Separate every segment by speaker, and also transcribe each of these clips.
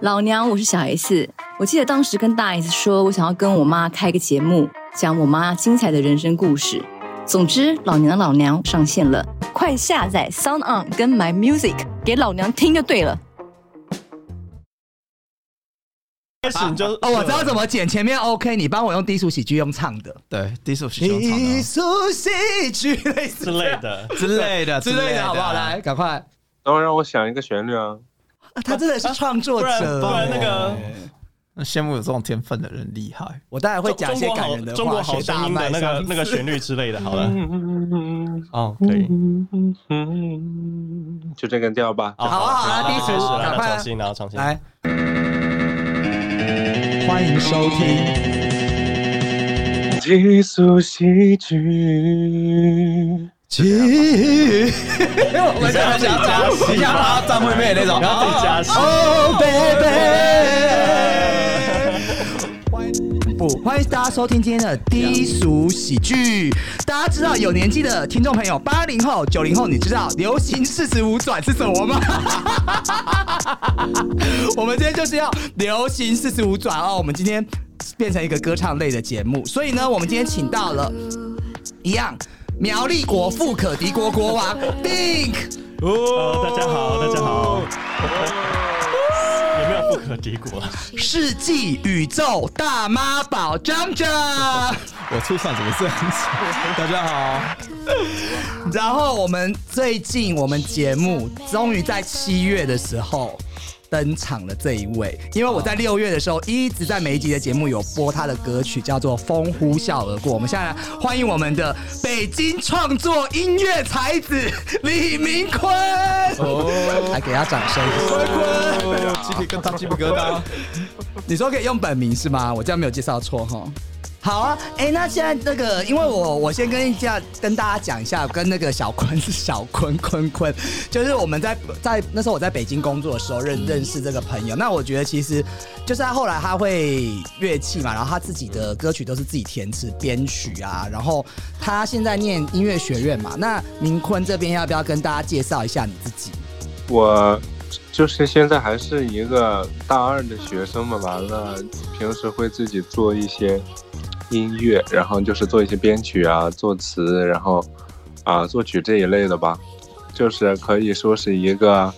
Speaker 1: 老娘我是小 S，我记得当时跟大 S 说，我想要跟我妈开个节目，讲我妈精彩的人生故事。总之，老娘老娘上线了，快下载 Sound On 跟 My Music 给老娘听就对了。
Speaker 2: 开始你就
Speaker 3: 哦，我知道怎么剪，前面 OK，你帮我用低俗喜剧用唱的，
Speaker 4: 对，低俗喜剧
Speaker 3: 低俗喜剧类似
Speaker 2: 之类的，
Speaker 4: 之类的
Speaker 3: 之类的，好不好？来，赶快，
Speaker 5: 然后让我想一个旋律啊，
Speaker 3: 啊他真的是创
Speaker 2: 不
Speaker 3: 作
Speaker 2: 然
Speaker 3: 者，
Speaker 2: 不然那个
Speaker 4: 那羡慕有这种天分的人厉害。
Speaker 3: 我当然会讲一
Speaker 2: 中
Speaker 3: 些
Speaker 2: 国
Speaker 3: 感
Speaker 2: 好
Speaker 3: 人的话，
Speaker 2: 中国好
Speaker 3: 学大
Speaker 2: 声音的
Speaker 3: 麦
Speaker 2: 那
Speaker 3: 上
Speaker 2: 个
Speaker 3: 次
Speaker 2: 那个旋律之类的，好了，
Speaker 5: 嗯嗯嗯
Speaker 4: 哦，可以，
Speaker 5: 嗯嗯嗯， 就这个调吧。
Speaker 3: 好啊好啊低俗
Speaker 2: 开始
Speaker 3: 赶
Speaker 2: 了，
Speaker 3: 快啊
Speaker 2: 重新，然后重新，
Speaker 3: 来，
Speaker 4: 欢迎收听。
Speaker 5: 寄宿喜剧，
Speaker 3: 去，我们
Speaker 2: 要自己加戏
Speaker 4: 你想把他站会面那种，
Speaker 2: 然后自己加戏，
Speaker 3: Oh baby，欢迎不欢迎大家收听今天的低俗喜剧。大家知道有年纪的听众朋友，八零后、九零后，你知道流行四十五转是什么吗？ 我们今天就是要流行四十五转哦。我们今天变成一个歌唱类的节目，所以呢，我们今天请到了一样苗栗国富可敌国国王 Pink。
Speaker 2: 呃大家好，大家好，
Speaker 3: 哦
Speaker 2: 有没有不可敌国？
Speaker 3: 世纪宇宙大妈宝张张，
Speaker 4: 我出场怎么这样 子？大家好，
Speaker 3: 然后我们最近我们节目终于在七月的时候登场了这一位，因为我在六月的时候一直在每一集的节目有播他的歌曲，叫做《风呼啸而过》。我们现在来欢迎我们的北京创作音乐才子李明坤，来给他掌声。坤坤，
Speaker 4: 哦鸡皮疙瘩，鸡皮疙瘩。
Speaker 3: 你说可以用本名是吗？我这样没有介绍错哈。好啊，哎、那现在那个，因为我我先跟一下跟大家讲一下，跟那个小坤是小坤坤坤，就是我们在在那时候我在北京工作的时候认认识这个朋友。那我觉得其实就是他后来他会乐器嘛，然后他自己的歌曲都是自己填词编曲啊，然后他现在念音乐学院嘛。那明坤这边要不要跟大家介绍一下你自己？
Speaker 5: 我就是现在还是一个大二的学生嘛，完了平时会自己做一些音乐，然后就是做一些编曲啊、作词，然后啊作曲这一类的吧，就是可以说是一个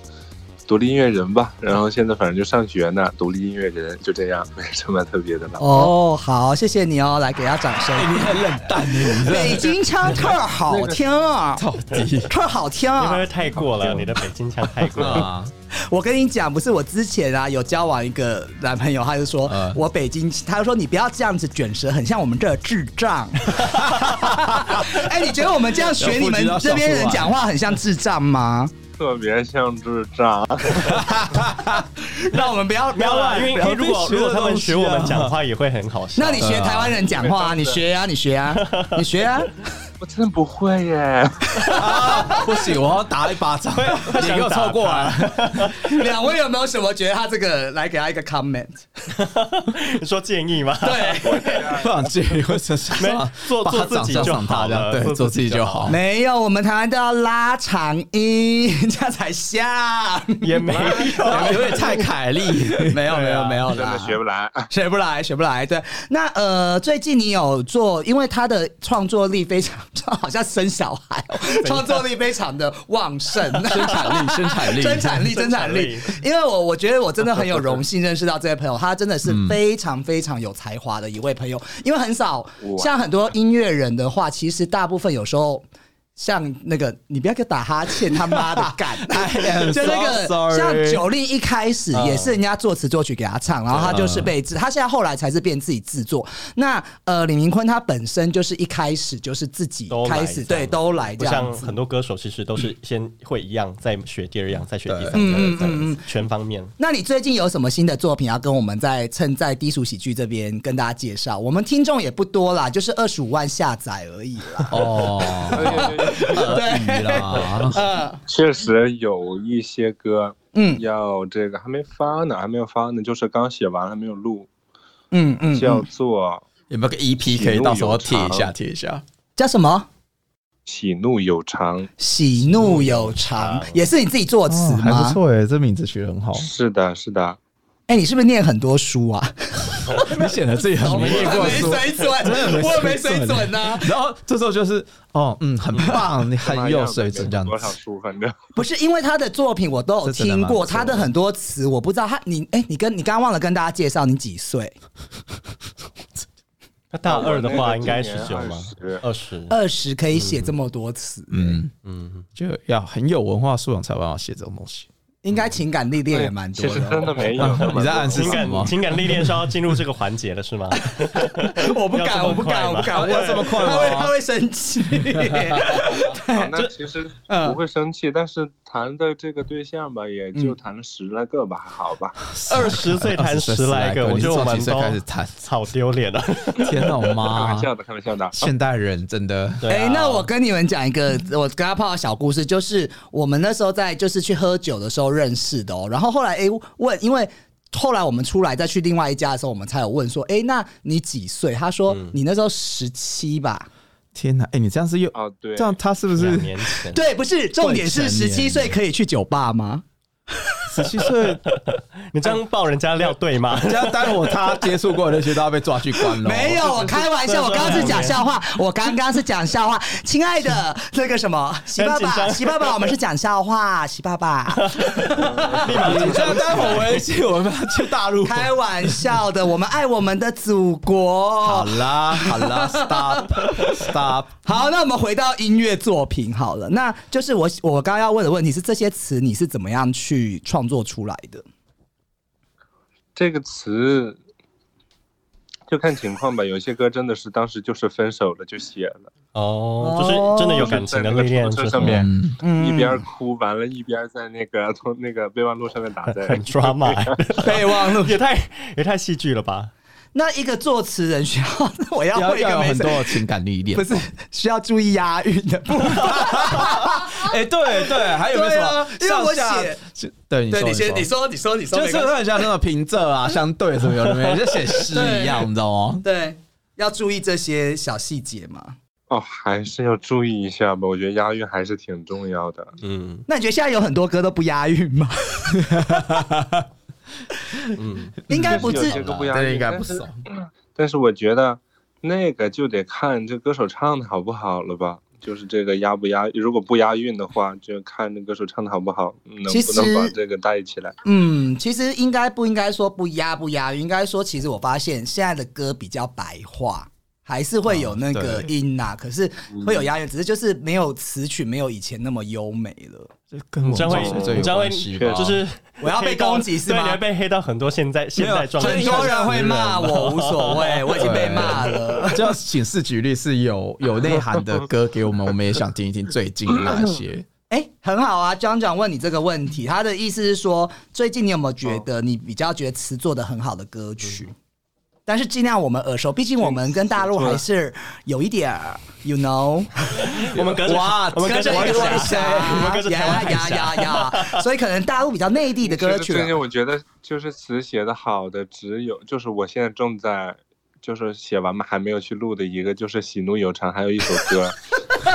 Speaker 5: 独立音乐人吧。然后现在反正就上学呢，独立音乐人就这样，没什么特别的了。
Speaker 3: 哦，好，谢谢你哦，来给他掌声。
Speaker 4: 哎，你很冷淡耶，你这
Speaker 3: 北京腔特好听啊，
Speaker 4: 到底
Speaker 3: 特好听
Speaker 2: 你会不
Speaker 3: 啊
Speaker 2: 会！太过了？你的北京腔太过了，
Speaker 4: 啊？
Speaker 3: 我跟你讲，不是我之前啊有交往一个男朋友，他就说、
Speaker 4: 嗯
Speaker 3: 我北京，他就说你不要这样子卷舌，很像我们这儿智障。 哎、你觉得我们这样学你们这边人讲话很像智障吗？
Speaker 5: 特别像智障，
Speaker 3: 那我们不要不
Speaker 2: 没有
Speaker 3: 要
Speaker 2: 啦，
Speaker 3: 乱
Speaker 2: 因为因为如果如果他们学我们讲话，也会很好笑。
Speaker 3: 啊那你学台湾人讲话、啊，你学呀、啊，你学呀、啊，你学呀、啊。
Speaker 5: 我真的不会耶。
Speaker 4: 不行，我要打一 巴掌，你给我凑过来。
Speaker 3: 两位有没有什么觉得他这个来给他一个 comment？
Speaker 2: 你说建议吗？
Speaker 3: 对，
Speaker 4: 不想介意，我只是
Speaker 2: 没做做自己就好了
Speaker 4: 对，做自己 就好。
Speaker 3: 没有，我们台湾都要拉长音， 这样才像。
Speaker 2: 也没有，
Speaker 4: 有点太凯莉，
Speaker 3: 没有没有没有
Speaker 5: 真的
Speaker 3: 啦，
Speaker 5: 学不来。
Speaker 4: 哎
Speaker 3: 学不来，学不来。对，那呃，最近你有做，因为他的创作力非常，好像生小孩、哦， 创作力非常的旺盛， 生
Speaker 4: 产力生产力
Speaker 3: 生产 力，生产力。因为我我觉得我真的很有荣幸认识到这位朋友，他真的是非常非常有才华的一位朋友。因为很少
Speaker 5: 哇
Speaker 3: 像很多音乐人的话，其实大部分有时候。像那个，你不要给我打哈欠，他妈的 干！
Speaker 4: am
Speaker 3: 就那个
Speaker 4: so sorry
Speaker 3: 像九令一开始
Speaker 4: 嗯
Speaker 3: 也是人家作词作曲给他唱，然后他就是被
Speaker 2: 嗯
Speaker 3: 制，他现在后来才是变自己制作。那呃，李明坤他本身就是一开始就是自己
Speaker 2: 都来
Speaker 3: 开始
Speaker 2: 这样
Speaker 3: 对都来
Speaker 2: 不
Speaker 3: 这样
Speaker 2: 像
Speaker 3: 子，
Speaker 2: 很多歌手，其实都是先会一样，再学第二样，再学第三
Speaker 4: 对
Speaker 2: 样，这样子全方面。
Speaker 3: 那你最近有什么新的作品要跟我们在趁在低俗喜剧这边跟大家介绍？我们听众也不多啦，就是二十五万下载而已啦。
Speaker 4: 哦，哎对啦，
Speaker 5: 确实有一些歌，
Speaker 3: 嗯
Speaker 5: 要这个还没发呢，还没有发呢，就是刚写完还没有录，
Speaker 3: 嗯嗯，
Speaker 5: 叫
Speaker 3: 嗯
Speaker 5: 做《
Speaker 4: 有没有个 EP 可以到时候贴一下贴 一下？
Speaker 3: 叫什么？
Speaker 5: 喜怒有常》。
Speaker 3: 喜怒有常
Speaker 2: 嗯，
Speaker 3: 也是你自己作词吗？
Speaker 4: 哎，这名字取得很好
Speaker 5: 是的，是的，
Speaker 3: 哎、你是不是念很多书啊？
Speaker 4: 你显得自己很没念 过书。
Speaker 3: 准，我没水准啊呐、
Speaker 4: 然后这时候就是哦，嗯，很棒，你很有水准这样
Speaker 5: 多少
Speaker 4: 子。
Speaker 5: 书，反正
Speaker 3: 不是因为他的作品我都有
Speaker 4: 这真的
Speaker 3: 听
Speaker 4: 蛮
Speaker 3: 过，
Speaker 4: 不错
Speaker 3: 他的很多词我不知道他你哎、你跟你刚刚忘了跟大家介绍你几岁？
Speaker 4: 嗯
Speaker 2: 那大二的话应该
Speaker 5: 今
Speaker 2: 十
Speaker 5: 年
Speaker 2: 九吗？
Speaker 5: 20
Speaker 2: 二十，
Speaker 3: 二十可以写这么多词，
Speaker 4: 嗯，
Speaker 2: 嗯，
Speaker 4: 就要很有文化素养才有办法写这种东西。
Speaker 3: 应该情感历练也蛮多
Speaker 5: 哎其实
Speaker 3: 的。
Speaker 5: 真的没有。
Speaker 4: 嗯你在暗示
Speaker 2: 情
Speaker 4: 什
Speaker 2: 感
Speaker 4: 么？
Speaker 2: 情感历练是要进入这个环节了是吗？
Speaker 3: 我不敢，
Speaker 2: 要这么
Speaker 3: 我不
Speaker 2: 快吗
Speaker 3: 敢，我不敢，我
Speaker 4: 要这么快吗
Speaker 3: 他会他会生 气。
Speaker 4: 啊
Speaker 5: 好那其实
Speaker 4: 嗯
Speaker 5: 不会生气，但是谈的这个对象吧，也就谈了十来个吧，还好吧。
Speaker 2: 二十岁谈十来个，我
Speaker 4: 你
Speaker 2: 觉得我
Speaker 4: 从
Speaker 2: 们
Speaker 4: 几岁
Speaker 2: 都
Speaker 4: 开始谈？
Speaker 2: 好丢脸啊！
Speaker 4: 天哪，我
Speaker 5: 开
Speaker 4: 妈
Speaker 5: 玩！笑的，开玩笑的。
Speaker 4: 现代人真的
Speaker 2: 对
Speaker 3: 哎、
Speaker 2: 啊
Speaker 3: 那我跟你们讲一个我跟他泡的小故事，就是我们那时候在就是去喝酒的时候认识的哦。然后后来哎、问，因为后来我们出来再去另外一家的时候，我们才有问说，哎、那你几岁？他说、你那时候十七吧。
Speaker 4: 天哪！哎，你这样是又
Speaker 5: 哦，对
Speaker 4: 这，样，他是不
Speaker 2: 两
Speaker 4: 是
Speaker 2: 啊年前，
Speaker 3: 对，不是重点是
Speaker 4: 未成
Speaker 3: 十
Speaker 4: 年
Speaker 3: 七岁可以去酒吧吗？
Speaker 4: 十七 岁？
Speaker 2: 你这样爆人家料对吗？
Speaker 4: 人家待会他接触过的那些都要被抓去 关了。
Speaker 3: 没有，我开玩笑，我刚刚是讲笑话，我刚刚是讲笑 话。亲爱的，那个什么，习爸
Speaker 2: 紧
Speaker 3: 爸，
Speaker 2: 张
Speaker 3: 习爸爸，我们是讲笑话，习爸 爸，
Speaker 4: 你这样待会微信，我们要去大陆。
Speaker 3: 开玩笑的，我们爱我们的祖
Speaker 4: 好
Speaker 3: 国。
Speaker 4: 啦，好啦，stop stop。
Speaker 3: 好，那我们回到音乐作品好了，那就是我我刚刚要问的问题是，这些词你是怎么样去创作出来的？
Speaker 5: 这个词就看情况吧，有些歌真的是当时就是分手了就写了，
Speaker 2: 哦，就是真的有感
Speaker 5: 在
Speaker 2: 情
Speaker 5: 那
Speaker 2: 的
Speaker 5: 个
Speaker 2: 历
Speaker 5: 出
Speaker 2: 练之
Speaker 5: 租车
Speaker 2: 后
Speaker 5: 上，面
Speaker 4: 嗯，
Speaker 5: 一边哭完了，一边在那个从那个备忘录上面打字。
Speaker 2: 很 drama，欸
Speaker 3: 备忘录。
Speaker 2: 也太也太戏剧了吧？
Speaker 3: 那一个作词人需要， 我要
Speaker 4: 要
Speaker 3: 会一
Speaker 4: 要
Speaker 3: 个
Speaker 4: 有
Speaker 3: 没
Speaker 4: 很
Speaker 3: 事
Speaker 4: 多的情感历练
Speaker 3: 不。是需要注意押韵的部分。
Speaker 4: 哎，对对，还有没有什么？
Speaker 3: 对啊因为我
Speaker 4: 上下
Speaker 3: 写
Speaker 4: 是，对 你
Speaker 3: 对，
Speaker 4: 说
Speaker 3: 你先，你，说，你说，你说，
Speaker 4: 就
Speaker 3: 没
Speaker 4: 是
Speaker 3: 关系
Speaker 4: 很像那种平仄啊、相对什么有的没有，就写诗一样，你知道吗？
Speaker 3: 对，要注意这些小细节嘛。
Speaker 5: 哦，还是要注意一下吧，我觉得押韵还是挺重要的。
Speaker 2: 嗯
Speaker 3: 那你觉得现在有很多歌都不押韵 吗？
Speaker 2: 嗯，
Speaker 3: 应该不
Speaker 5: 有
Speaker 3: 是
Speaker 5: 些歌不押
Speaker 4: 这个
Speaker 5: 韵，
Speaker 4: 应该
Speaker 5: 但
Speaker 4: 不
Speaker 5: 是
Speaker 4: 少。
Speaker 5: 但是我觉得那个就得看这歌手唱的好不好了吧，就是这个押不押，如果不押韵的话，就看这歌手唱的好不好，能
Speaker 3: 其
Speaker 5: 不
Speaker 3: 实
Speaker 5: 能把这个带起来。
Speaker 3: 嗯，其实应该不应该说不押不押韵，应该说其实我发现现在的歌比较白话，还是会有那个音呐、可是会有押韵，只是就是没有词曲没有以前那么优美了。
Speaker 4: 这跟
Speaker 2: 你这样会
Speaker 5: 水
Speaker 4: 最
Speaker 2: 你这样会就是
Speaker 3: 我要被
Speaker 2: 黑到
Speaker 3: 攻击是吗
Speaker 2: 对，你会被黑到很多现在现在状态
Speaker 3: 很多人会骂 我，无所谓，我已经被骂了。
Speaker 4: 就请示举例是有有内涵的歌给我们，我们也想听一听最近哪些。
Speaker 3: 哎、很好啊，张长问你这个问题，他的意思是说，最近你有没有觉得你比较觉得词做的很好的歌曲？但是尽量我们耳熟，毕竟我们跟大陆还是有一点儿，you know，
Speaker 2: 我们隔着
Speaker 4: 哇
Speaker 2: 我们隔着
Speaker 3: 一
Speaker 2: 海
Speaker 3: 个
Speaker 2: 峡
Speaker 3: 峡，
Speaker 2: 我们隔着台湾
Speaker 3: 呀
Speaker 2: 海
Speaker 3: 呀
Speaker 2: 峡。
Speaker 3: 呀呀，所以可能大陆比较内地的歌
Speaker 5: 其实
Speaker 3: 曲，啊
Speaker 5: 最近我觉得就是词写的好的只有，就是我现在正在就是写完嘛，还没有去录的一个就是《喜怒有常》，还有一首歌，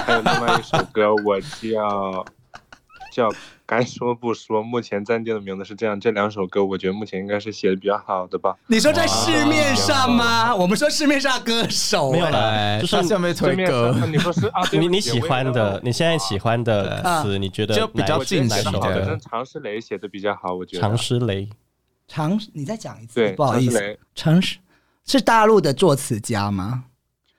Speaker 5: 还有另外一首歌我叫叫该说不说，目前暂定的名字是这样。这两首歌我觉得目前应该是写的比较好的吧。
Speaker 3: 你说在市面上吗？我们说市面上的歌手
Speaker 2: 没有
Speaker 3: 了，
Speaker 2: 啦，
Speaker 4: 哎，
Speaker 2: 就是
Speaker 4: 上次有没有推歌？
Speaker 5: 你说是 啊？对
Speaker 2: 你
Speaker 5: 不
Speaker 2: 你
Speaker 5: 起
Speaker 2: 喜
Speaker 5: 我也
Speaker 2: 欢
Speaker 5: 忘
Speaker 2: 的
Speaker 5: 了，啊
Speaker 2: 你现在喜欢的词，你觉得
Speaker 4: 就比较
Speaker 2: 哪一
Speaker 4: 近
Speaker 2: 哪
Speaker 4: 期
Speaker 2: 一
Speaker 5: 写的
Speaker 2: 首
Speaker 5: 好的，
Speaker 2: 歌
Speaker 5: 跟常石磊写的比较好，我觉得。
Speaker 2: 常石雷，
Speaker 3: 常，你再讲一次
Speaker 5: 对，，
Speaker 3: 不好意
Speaker 5: 常石
Speaker 3: 思，
Speaker 5: 磊
Speaker 3: 常是是大陆的作词家吗？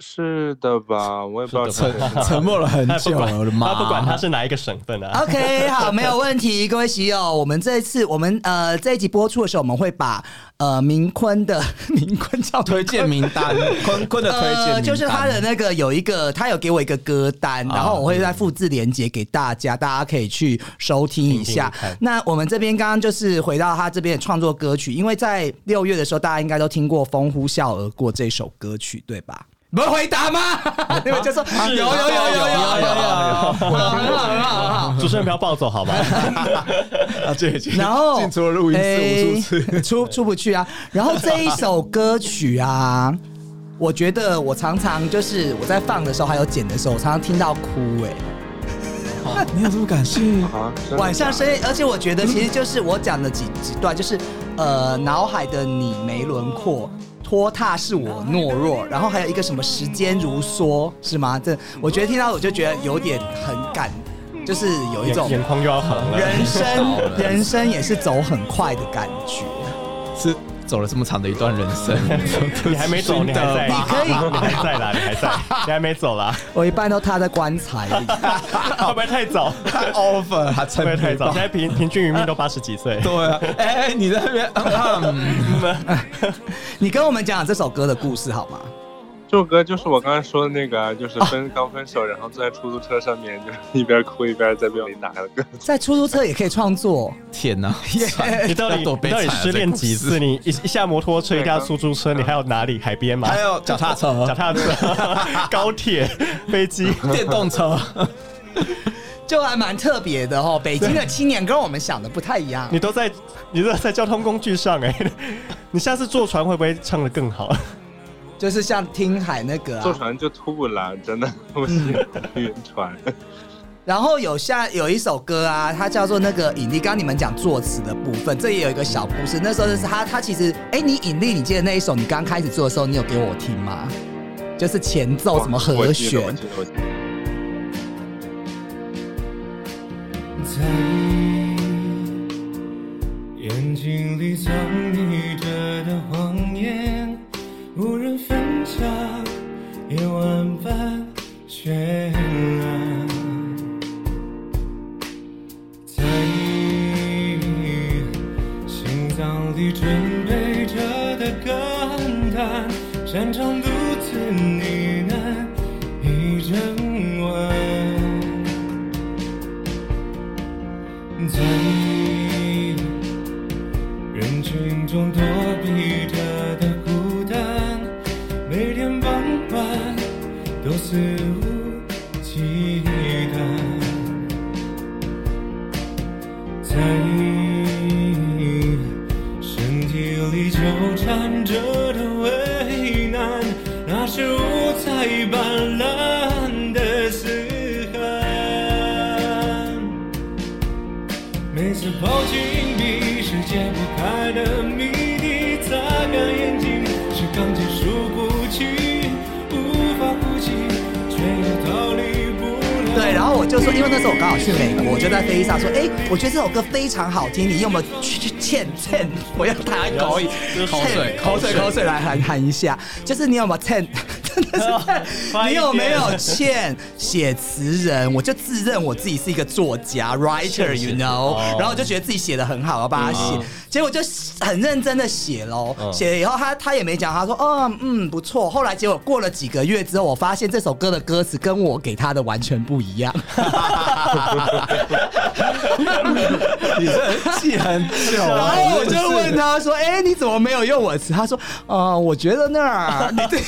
Speaker 5: 是的吧？我也不知 道
Speaker 2: 是的
Speaker 5: 常石磊是哪
Speaker 4: 沉默了很
Speaker 2: 他哎 不
Speaker 4: 久，
Speaker 2: 管
Speaker 4: 我的妈！
Speaker 2: 他不管他是哪一个省份啊，
Speaker 3: OK，好，没有问题，各位喜友，我们这次我们呃这一集播出的时候，我们会把呃明坤的明坤叫
Speaker 4: 推荐名单，坤坤的推荐
Speaker 3: 呃，
Speaker 4: 名单
Speaker 3: 就是他的那个有一个，他有给我一个歌单，然后我会再复制连接给大家，大家可以去收听一下。
Speaker 2: 听听看
Speaker 3: 那我们这边刚刚就是回到他这边的创作歌曲，因为在六月的时候，大家应该都听过《风呼啸而过》这首歌曲，对吧？你们回答吗？
Speaker 2: 啊
Speaker 3: 你们就说有有有有有有有有，很好很好很好很好。
Speaker 2: 主持人不要暴走好吗？
Speaker 4: 啊，这已经
Speaker 3: 然后
Speaker 4: 进出了录音室无数次。
Speaker 3: 次，出出不去啊。然后这一首歌曲啊，我觉欸得我常常就是我在放的时候，还有剪的时候，我常常听到哭哎、
Speaker 4: 没有这么感性。
Speaker 5: 啊，真的
Speaker 3: 晚上
Speaker 5: 假
Speaker 3: 深夜，而且我觉得其实就是我讲的几几段，就是呃，脑海的你没轮廓，拖沓是我懦弱，然后还有一个什么时间如梭，是吗？这我觉得听到我就觉得有点很感，就是有一
Speaker 2: 眼
Speaker 3: 种
Speaker 2: 眼眶又要红了。
Speaker 3: 人生人生也是走很快的感觉。
Speaker 4: 是走了这么长的一段人生，
Speaker 2: 你还没走，你还在，
Speaker 3: 你可以
Speaker 2: 你还在啦，你还在，你还没走啦，
Speaker 3: 我一半都踏在棺材 里，
Speaker 2: 会不会太早？
Speaker 4: 他 offer 还
Speaker 2: 会
Speaker 4: 撑
Speaker 2: 不会
Speaker 4: 不
Speaker 2: 太早？
Speaker 4: 到
Speaker 2: 现在平平均余命都八十几 岁，
Speaker 4: 对啊，哎、你在那边， 嗯
Speaker 3: 你跟我们讲讲这首歌的故事好吗？
Speaker 5: 这首歌就是我刚才说的那个啊，就是分、刚分手，然后坐在出租车上面，就是一边哭一边在庙里打的歌。
Speaker 3: 在出租车也可以创作，
Speaker 4: 天哪、
Speaker 2: 你到底
Speaker 4: 要多
Speaker 2: 你
Speaker 4: 悲
Speaker 2: 到
Speaker 4: 惨
Speaker 2: 底
Speaker 4: 啊
Speaker 2: 失恋几次？？你一一下摩托车，一下出租车，你还有哪里？海边吗
Speaker 4: 这个故事？还有脚踏车
Speaker 2: 脚、踏车、高铁、飞机。
Speaker 4: 电动车，
Speaker 3: 就还蛮特别的哦。北京的青年跟我们想的不太一样。
Speaker 2: 你都在，你都在交通工具上哎、 你下次坐船会不会唱的更好？
Speaker 3: 就是像听海那个、
Speaker 5: 坐
Speaker 3: 啊，
Speaker 5: 船就吐了，真的不行，晕船。
Speaker 3: 然后有下有一首歌啊，它叫做那个引力。刚刚你们讲作词的部分，这也有一个小故事。那时候就是他，他其实，哎，你引力，你记得那一首你刚开始做的时候，你有给我听吗？就是前奏哦什么
Speaker 5: 我
Speaker 3: 和
Speaker 5: 记得我
Speaker 3: 弦
Speaker 5: 记，得我记得
Speaker 6: 在眼睛里藏匿着的谎言，无人分享，夜晚般绚烂。在心脏里准备着的歌单，擅长独自呢喃一整晚。在人群中躲避着的孤单，每天傍晚都肆无忌惮。在身体里纠缠着的为难，那是五彩斑斓的嘶喊。每次抛进笔是解不开的谜底，擦干眼睛是刚结束哭泣，无法呼吸，却又逃离不了。
Speaker 3: 对。然后我就说，因为那时候我刚好去美国，我就在飞机上说，哎，我觉得这首歌非常好听，你有没有去去欠欠？我要打狗语，
Speaker 4: 口水
Speaker 3: 欠口水口水来喊喊一下，就是你有没有欠？ 真的是欠你有没有欠写词人？我就自认我自己是一个作家 writer，you know，然后我就觉得自己写的很好，我帮他写，结果就很认真的写喽。嗯写了以后，他他也没讲，他说哦嗯不错。后来结果过了几个月之后，我发现这首歌的歌词跟我给他的完全不一样。
Speaker 4: 你这记很久
Speaker 3: 然
Speaker 4: 啊！
Speaker 3: 后我
Speaker 4: 真的
Speaker 3: 就是问，他说：“哎、你怎么没有用我词？”他说：“呃，我觉得那儿…… 你对，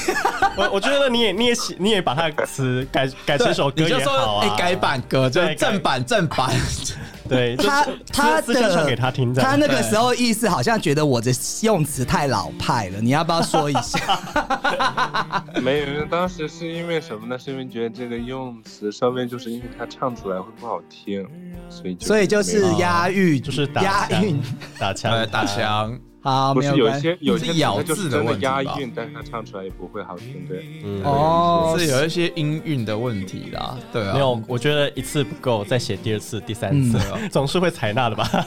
Speaker 2: 我我觉得你也你也写你也把他的词改改成
Speaker 4: 对
Speaker 2: 一首歌
Speaker 4: 你就
Speaker 2: 也好
Speaker 4: 说哎、
Speaker 3: 欸
Speaker 2: 啊，
Speaker 4: 改版歌，就
Speaker 2: 对改
Speaker 4: 正版正版，
Speaker 2: 对，就是
Speaker 3: 他他
Speaker 2: 私私下唱
Speaker 3: 的
Speaker 2: 给他听这样
Speaker 3: 他那个时候意思好像觉得我的用词太老派了，你要不要说 一
Speaker 2: 啊
Speaker 3: 下？
Speaker 5: 没有，当时是因为什么呢？是因为觉得这个用词稍微就是因为它唱出来会不好听，所以就
Speaker 3: 所以就是
Speaker 5: 没有
Speaker 3: 押韵，
Speaker 2: 就是打
Speaker 3: 押
Speaker 2: 枪
Speaker 3: 韵。
Speaker 2: 打
Speaker 4: 呃，
Speaker 2: 枪
Speaker 4: 打枪，
Speaker 3: 好，
Speaker 5: 不
Speaker 3: 没
Speaker 5: 是有一
Speaker 3: 关系。
Speaker 5: 些有一
Speaker 4: 是
Speaker 5: 些
Speaker 4: 咬
Speaker 5: 它就是
Speaker 4: 字的
Speaker 5: 真的
Speaker 4: 问题
Speaker 5: 押
Speaker 4: 吧
Speaker 5: 韵，但是它唱出来也不会好听的。
Speaker 3: 哦
Speaker 4: 是有一些音韵的问题啦，对啊，
Speaker 2: 没有，我觉得一次不够，再写第二次、第三次， 总是会采纳的吧？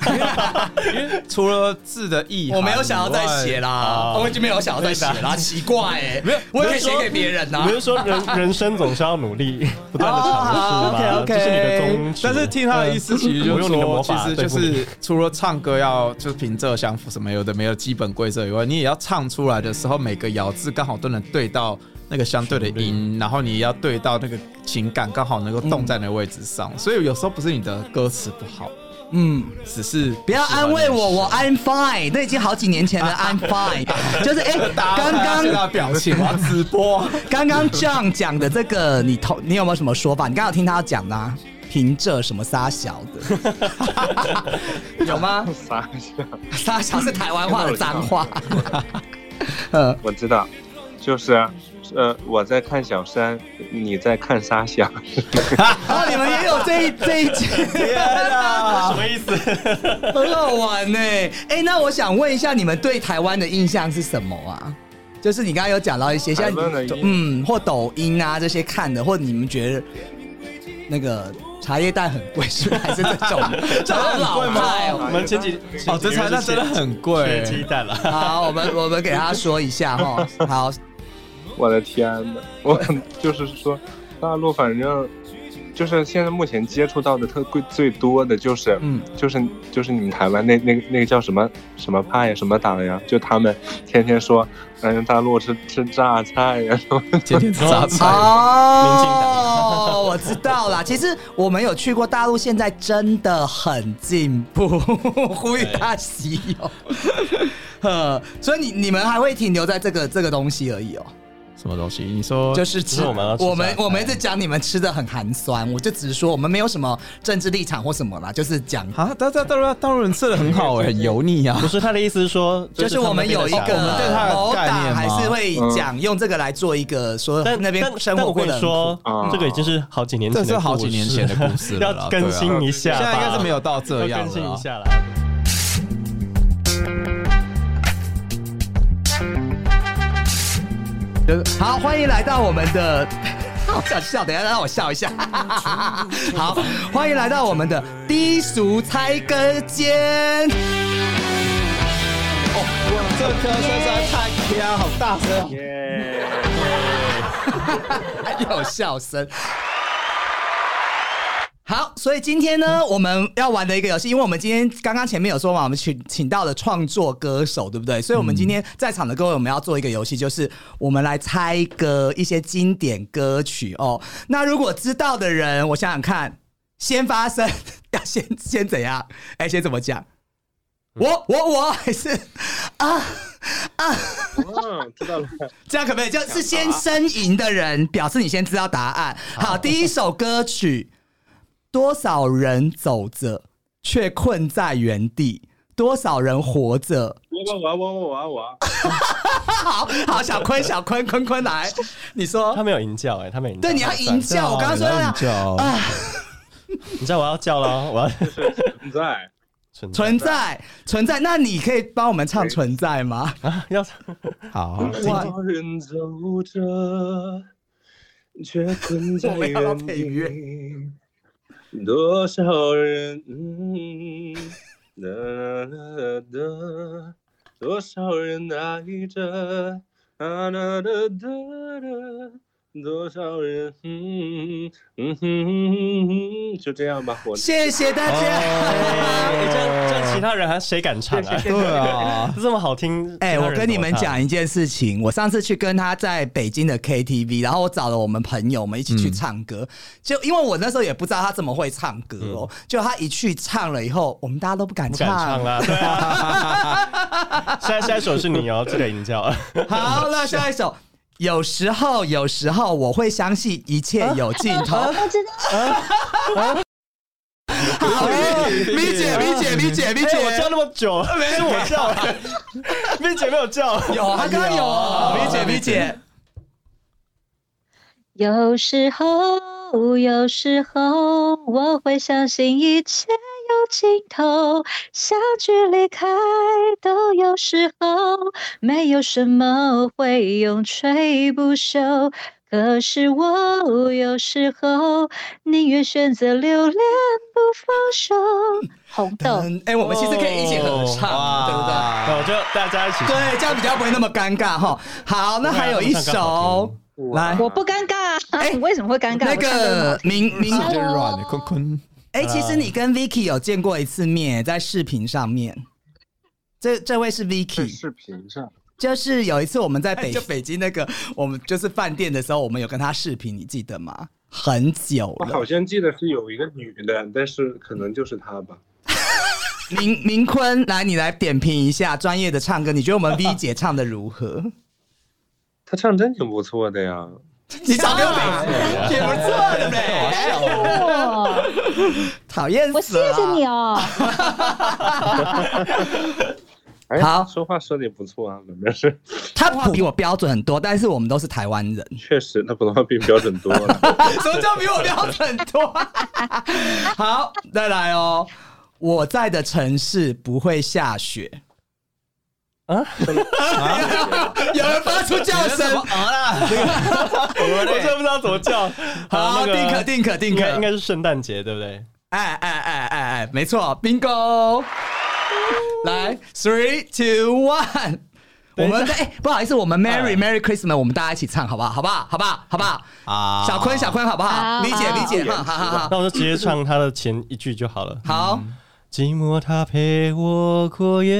Speaker 4: 除了字的意涵以外，
Speaker 3: 我没有想要再写啦，我已经没有想要再写啦， 奇怪哎，没有，我也可以写给别人呐啊
Speaker 2: 比。如说人人生总是要努力，不断的尝
Speaker 3: 哦
Speaker 2: 试
Speaker 3: 好
Speaker 2: 吧，
Speaker 3: ，OK，OK
Speaker 2: 这是你的宗旨。嗯
Speaker 4: 但是听他的意思， 其实就
Speaker 2: 我
Speaker 4: 是
Speaker 2: 用你的
Speaker 4: 说，
Speaker 2: 魔
Speaker 4: 其
Speaker 2: 法
Speaker 4: 实就
Speaker 2: 对付
Speaker 4: 是除了唱歌要就是平仄相符什么有的没有基本规则以外，你也要唱出来的时候，每个咬字刚好都能对到那个相对的
Speaker 2: 嗯
Speaker 4: 音，然后你也要对到那个情感刚好能够动在那个位置上。所以有时候不是你的歌词不好，
Speaker 3: 嗯。
Speaker 4: 只是
Speaker 3: 不要安慰我，我 I'm fine，那已经好几年前的 I'm fine，就是 哎，刚刚
Speaker 4: 这的表情，我要直播。
Speaker 3: 刚刚 John 讲的这个，你同你有没有什么说法？你刚刚有听他讲的、啊，凭着什么撒小的，有吗？
Speaker 5: 撒一下，
Speaker 3: 撒小是台湾话的脏话。
Speaker 5: 我知道，就是呃，我在看小山，你在看沙想。
Speaker 3: 啊，你们也有这一这一 集，
Speaker 2: 啊什么意思？
Speaker 3: 很好玩呢、哎、那我想问一下，你们对台湾的印象是什么啊？就是你刚刚有讲到一些像
Speaker 5: 台湾的印象
Speaker 3: 嗯，或抖音啊这些看的，或者你们觉得那个茶叶蛋很贵，是不是还是这 种？这好老派哦
Speaker 2: 我。们前几
Speaker 4: 哦，这茶蛋真的很贵
Speaker 2: 缺，鸡蛋了。
Speaker 3: 好，我们我们给他说一下哈。好，
Speaker 5: 我的天呐，我就是说，大陆反正就是现在目前接触到的特贵最多的就是，
Speaker 3: 嗯，
Speaker 5: 就是就是你们台湾那那个那个叫什么什么派呀，什么党呀，就他们天天说，嗯，大陆吃吃榨菜呀，什么
Speaker 4: 今天 榨菜，
Speaker 3: 哦，我知道啦。其实我们有去过大陆，现在真的很进步， 呼吁大家喜友。
Speaker 2: 哎
Speaker 3: 呃，所以你你们还会停留在这个这个东西而已哦，
Speaker 4: 什么东西？你说
Speaker 3: 就是
Speaker 2: 哦只
Speaker 3: 吃
Speaker 2: 是我们要吃
Speaker 3: 我们
Speaker 2: 榨菜
Speaker 3: 我们一直讲你们吃的很寒酸，我就只是说我们没有什么政治立场或什么啦，就是讲
Speaker 4: 啊，大大大陆大陆人吃的很好 哎，很油腻啊
Speaker 2: 不。是他的意思是说，
Speaker 3: 就是我们有一
Speaker 2: 他那边的
Speaker 3: 个
Speaker 2: 小
Speaker 4: 对它的
Speaker 3: 某
Speaker 4: 概
Speaker 3: 党
Speaker 4: 念吗
Speaker 3: 还是会讲用这个来做一个说
Speaker 2: 但
Speaker 3: 那边
Speaker 2: 但
Speaker 3: 生
Speaker 2: 但
Speaker 3: 活
Speaker 2: 我
Speaker 3: 过
Speaker 2: 跟
Speaker 3: 得
Speaker 2: 你
Speaker 3: 很
Speaker 2: 说
Speaker 5: 啊，
Speaker 2: 这个已经是好几年前的
Speaker 4: 这
Speaker 2: 故事，
Speaker 4: 是好几年前的故事了啦，
Speaker 2: 要更新一下
Speaker 4: 对
Speaker 2: 吧，
Speaker 4: 啊现在应该是没有到这
Speaker 2: 要
Speaker 4: 样
Speaker 2: 更新
Speaker 4: 了
Speaker 2: 一
Speaker 4: 啊。
Speaker 2: 下了。
Speaker 3: 就是好，欢迎来到我们的。 好想笑，等一下让我笑一下。 好，欢迎来到我们的低俗猜歌间。
Speaker 4: 哦这歌声实在太飘，好大声！
Speaker 3: 还有笑声。好，所以今天呢，我们要玩的一个游戏，因为我们今天刚刚前面有说嘛，我们请请到了创作歌手，对不对？所以我们今天在场的各位，我们要做一个游戏，就是我们来猜歌一些经典歌曲哦。那如果知道的人，我想想看，先发声要先先怎样？哎，先怎么讲？我我我还是啊啊，
Speaker 5: 嗯，知道了。
Speaker 3: 这样可不可以？就是先呻吟的人，表示你先知道答案。好，第一首歌曲，多少人走着却困在原地，多少人活着？
Speaker 5: 我我我我我我，
Speaker 3: 好好，小 坤，小坤，坤坤来，你说
Speaker 2: 他，没有吟叫哎，他没有吟叫。
Speaker 3: 哦 对，你要吟 叫。我刚刚说
Speaker 4: 要
Speaker 3: 要
Speaker 4: 叫
Speaker 3: 啊，
Speaker 2: 你知道我要叫了哦，我要
Speaker 5: 你在？
Speaker 2: 存在
Speaker 3: 存在，存在。那你可以帮我们唱《存在》 吗？
Speaker 2: 啊 要
Speaker 4: 好，
Speaker 3: 哇
Speaker 5: 多人走着，却困在
Speaker 3: 我们要到
Speaker 5: 原
Speaker 3: 配乐
Speaker 5: 地。多少人，嗯哒哒哒哒，多少人爱着，啊哒哒哒哒，多少人，嗯嗯哼，就这样吧，我
Speaker 3: 谢谢大
Speaker 2: 哎
Speaker 3: 家。
Speaker 2: 这样这样，其他人还谁敢唱啊？
Speaker 4: 对 啊，
Speaker 2: 这么好听，
Speaker 3: 哎、
Speaker 2: 其他
Speaker 3: 我
Speaker 2: 人
Speaker 3: 跟你们
Speaker 2: 怎么唱
Speaker 3: 讲一件事情，我上次去跟他在北京的 KTV，然后我找了我们朋友们一起
Speaker 2: 嗯
Speaker 3: 去唱歌，就因为我那时候也不知道他这么会唱歌哦，就他一去唱了以后，我们大家都不敢
Speaker 2: 嗯不
Speaker 3: 唱。
Speaker 2: 敢唱 啦。对啊下下一首是你哦，记得吟 叫。
Speaker 3: 好了，下 一首。有时候，有时候我会相信一切有尽头。啊我知
Speaker 2: 啊
Speaker 3: 道。好，米姐，米姐，米姐，米
Speaker 2: 哎，
Speaker 3: 姐，
Speaker 2: 我叫那么久，是我叫的， 蜜姐没有叫。
Speaker 3: 有啊，她刚刚有哦，
Speaker 2: 哎
Speaker 3: 米姐，米姐，
Speaker 7: 有时候，有时候我会相信一切有尽头，相聚离开都有时候，没有什么会永垂不朽。可是我有时候宁愿选择留恋不放手。红豆，
Speaker 3: 嗯，哎，我们其实可以一起合唱，对不对？
Speaker 2: 哦那我就大家一起。
Speaker 3: 对，这样比较不会那么尴尬哈。好，那还有一首，来
Speaker 7: 我不尴尬，
Speaker 3: 哎
Speaker 7: 为什么会尴尬？
Speaker 3: 那
Speaker 7: 我唱得很好
Speaker 3: 个明明，
Speaker 4: 有点软的，
Speaker 3: 그,
Speaker 4: 坤坤。
Speaker 3: 哎，其实你跟 Vicky 有见过一次面，在视频上面。这这位是 Vicky，
Speaker 5: 视频上。
Speaker 3: 就是有一次我们在 北就北京那个我们就是饭店的时候，我们有跟他视频，你记得吗？很久
Speaker 5: 我
Speaker 3: 了
Speaker 5: 好，像记得是有一个女的，但是可能就是她吧。
Speaker 3: 明明坤，来你来点评一下专业的唱歌，你觉得我们 V 姐唱的如何？
Speaker 5: 她唱真挺不错的呀，
Speaker 3: 你找给 我，也不错的呗，
Speaker 7: 哇
Speaker 3: 讨厌
Speaker 7: 我
Speaker 3: 死
Speaker 7: 谢
Speaker 3: 了！
Speaker 7: 谢你哦。
Speaker 5: 哎
Speaker 3: 好
Speaker 5: 说话说的也不错啊，反正是
Speaker 3: 他普通话比我标准很多，但是我们都是台湾人。
Speaker 5: 确实，他普通话比标准多了。
Speaker 3: 什么叫比我标准多？ 好，再来哦。我在的城市不会下雪。啊！ 有人发出叫声。
Speaker 2: 我真的不知道怎么叫。那
Speaker 3: 好，
Speaker 2: 个
Speaker 3: 定可定可定
Speaker 2: 应该应
Speaker 3: 可。
Speaker 2: 该是圣诞节，对不对？
Speaker 3: 哎哎哎哎哎，没错，bingo。来，three two one。我们哎、不好意思，我们 Merry Merry Christmas，我们大家一起唱好不好？好不好？好不好？好不好？
Speaker 4: 啊
Speaker 3: 小坤，小坤，好不好？
Speaker 7: 好
Speaker 3: 理解，
Speaker 7: 好
Speaker 3: 理解，
Speaker 5: 好
Speaker 3: 哈，好好好
Speaker 2: 那我就直接唱他的前一句就好了。
Speaker 3: 好。
Speaker 2: 寂寞它陪我过夜。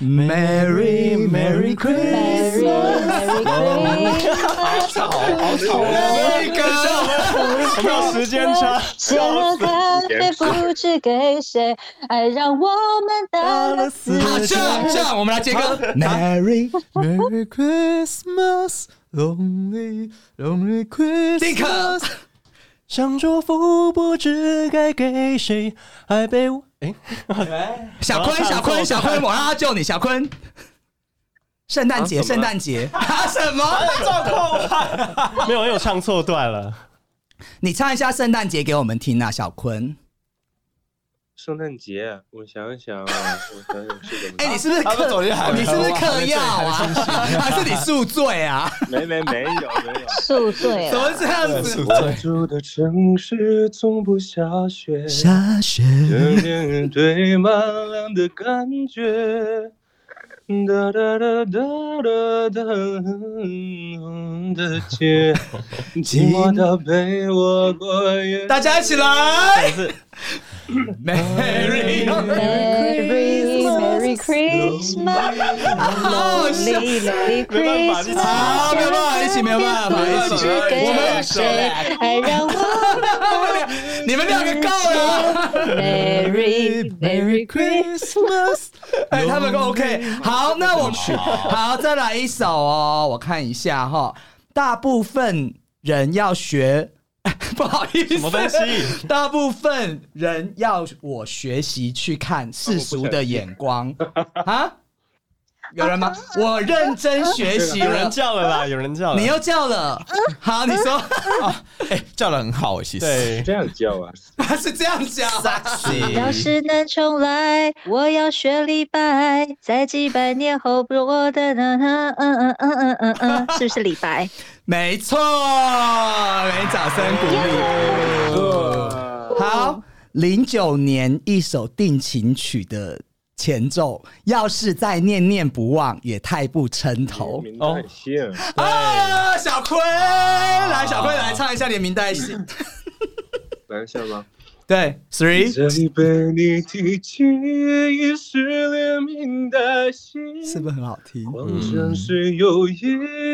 Speaker 3: Merry Merry
Speaker 7: Merry Christmas，
Speaker 3: 那
Speaker 4: 嗯
Speaker 3: 个
Speaker 2: 我们有时间差，
Speaker 7: 这干杯不知给谁，爱让我们到了死。
Speaker 3: 好，这样这样，我们来接歌。Merry
Speaker 4: Merry Christmas, lonely, lonely Christmas。
Speaker 3: Dick，
Speaker 2: 想祝福不知该给谁，还被我哎，
Speaker 3: 小坤，小坤，小坤，我让他救你，小坤。圣诞节，圣诞节， 啊什么？
Speaker 2: 没有，因为我唱错段了。
Speaker 3: 你唱一下圣诞节给我们听啊，小坤。
Speaker 5: 圣诞节，我想想啊，我想想是怎么
Speaker 3: 哎，
Speaker 5: 唱？
Speaker 3: 你是不是
Speaker 4: 他们
Speaker 3: 嗑
Speaker 4: 走进来？了
Speaker 3: 你是不是
Speaker 4: 哇
Speaker 3: 嗑药啊？ 还是你宿醉啊？
Speaker 5: 没没没有没有。
Speaker 7: 宿醉
Speaker 4: 啊
Speaker 3: 怎么
Speaker 7: 了，
Speaker 3: 这样子？
Speaker 5: 我住的城市从不下雪，
Speaker 3: 下雪。
Speaker 5: 这令人堆满了的感觉。哒哒哒哒哒哒，红的街，寂寞的陪我过夜。
Speaker 3: 大家一起 来，Merry，
Speaker 7: Merry Merry Christmas，Merry
Speaker 3: 好笑。
Speaker 7: Merry
Speaker 2: 没办法你
Speaker 7: Christmas，
Speaker 3: 好，没有办法一起，没有办法一起。我们
Speaker 7: 谁爱让我
Speaker 3: 你们两个够了。
Speaker 7: Merry Merry
Speaker 4: Christmas。
Speaker 7: Christmas？
Speaker 3: 哎，他们 OK。好，那我们好，再来一首哦，我看一下哈、大部分人要学，不好意思，
Speaker 2: 什么东西？
Speaker 3: 大部分人要我学习去看世俗的眼光啊？有人吗？我认真学习
Speaker 2: 有人
Speaker 3: 了。
Speaker 2: 叫了啦，有人叫了。
Speaker 3: 你又叫了，好，你说
Speaker 4: 哎，叫的很好，其实。
Speaker 2: 对，
Speaker 5: 这样叫啊？
Speaker 3: 是这样讲
Speaker 7: 要是能重来，我要学李白，在几百年后我的呢嗯嗯嗯嗯嗯嗯，是不是李白？
Speaker 3: 没错，没掌声鼓哦励。好，零九年一首定情曲的前奏，要是再念念不忘，也太不称头
Speaker 5: 明代姓，
Speaker 3: 啊！小坤，来，小坤来唱一下连名带姓。
Speaker 5: 来一下吗？
Speaker 3: 对，three
Speaker 5: 这一杯你提起，已是连名带姓。
Speaker 3: 是不是很好听？
Speaker 5: 黄城市有一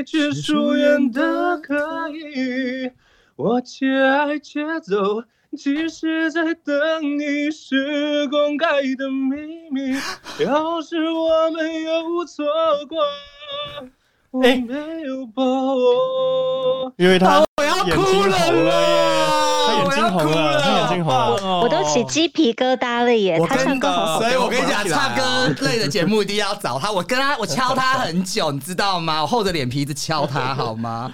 Speaker 5: 句疏远的歌意，我且爱且走，即使在等你是公开的秘密。要是我们有错过，我
Speaker 2: 哎
Speaker 5: 没有把握。
Speaker 2: 因为他
Speaker 3: 我要
Speaker 2: 眼
Speaker 3: 哭
Speaker 2: 睛
Speaker 3: 了
Speaker 2: 红了耶，他眼睛红
Speaker 3: 我要哭
Speaker 2: 了，
Speaker 3: 了
Speaker 2: 他眼睛红了。
Speaker 7: 我都起鸡皮疙瘩了耶！
Speaker 3: 我
Speaker 7: 他
Speaker 3: 跟
Speaker 7: 唱歌
Speaker 4: 아,
Speaker 7: 好好
Speaker 3: 所以
Speaker 7: 听
Speaker 3: 我跟你讲，唱歌类的节目一定要找他。我跟他，我敲他很久，你知道吗？我厚着脸皮一直敲他，好吗？